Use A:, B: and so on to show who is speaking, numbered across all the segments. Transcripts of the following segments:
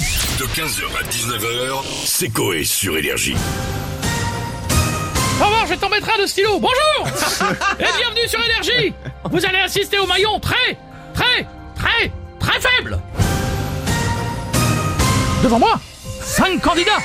A: De 15h à 19h, c'est Coé sur Énergie.
B: Au revoir, je vais t'en mettre un de stylo. Bonjour Et bienvenue sur Énergie Vous allez assister au maillon très, très, très, très faible Devant moi, cinq candidats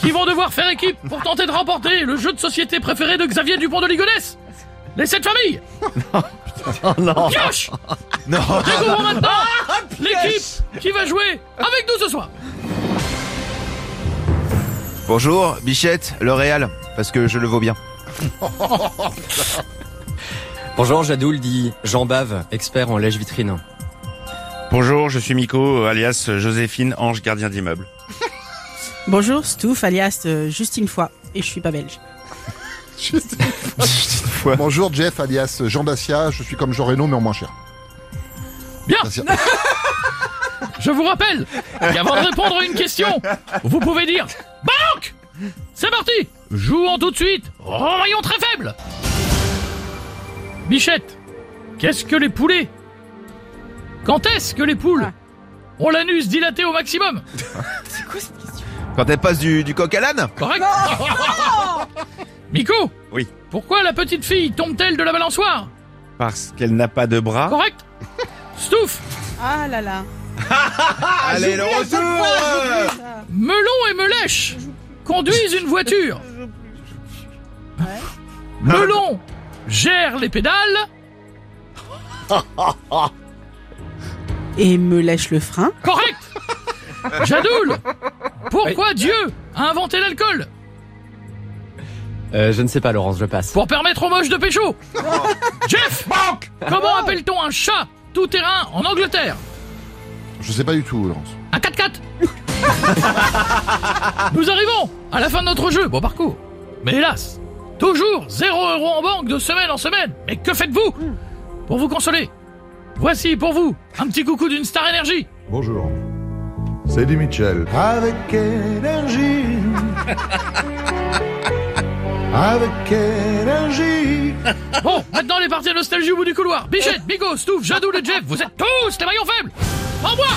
B: qui vont devoir faire équipe pour tenter de remporter le jeu de société préféré de Xavier Dupont de Ligonnès Les sept familles
C: non. Ah,
B: Pioche Découvrons maintenant l'équipe qui va jouer avec nous ce soir
C: Bonjour, Bichette, L'Oréal, parce que je le vaux bien.
D: Bonjour, Jadoul dit Jean Bave, expert en lèche vitrine.
E: Bonjour, je suis Miko, euh, alias Joséphine Ange, gardien d'immeuble.
F: Bonjour, Stouff, alias euh, Juste une fois, et je suis pas belge.
G: Bonjour Jeff alias Jean Dacia, je suis comme Jean Reno mais en moins cher.
B: Bien.
G: Dacia.
B: Je vous rappelle qu'avant de répondre à une question, vous pouvez dire Banque C'est parti Jouons tout de suite au rayon très faible Bichette, qu'est-ce que les poulets Quand est-ce que les poules ont l'anus dilaté au maximum
C: Quand elle passe du, du coq à l'âne
B: Correct Miko
E: Oui.
B: Pourquoi la petite fille tombe-t-elle de la balançoire
E: Parce qu'elle n'a pas de bras.
B: Correct Stouff
F: Ah là là.
C: Allez, le retour
B: Melon et Melèche conduisent une voiture. Melon gère les pédales.
F: Et me lèche le frein.
B: Correct Jadoul Pourquoi Dieu a inventé l'alcool
D: Euh, je ne sais pas, Laurence, je passe.
B: Pour permettre aux moches de pécho Jeff Comment appelle-t-on un chat tout-terrain en Angleterre
G: Je sais pas du tout Laurence.
B: Un 4x4 Nous arrivons à la fin de notre jeu, bon parcours. Mais hélas, toujours 0 euro en banque de semaine en semaine. Mais que faites-vous Pour vous consoler, voici pour vous un petit coucou d'une star énergie.
H: Bonjour. C'est du Mitchell. Avec énergie. Avec énergie.
B: Bon, maintenant les parties nostalgie au bout du couloir. Bichette, Bigo, Stouff, Jadoul et Jeff, vous êtes tous les maillons faibles Au revoir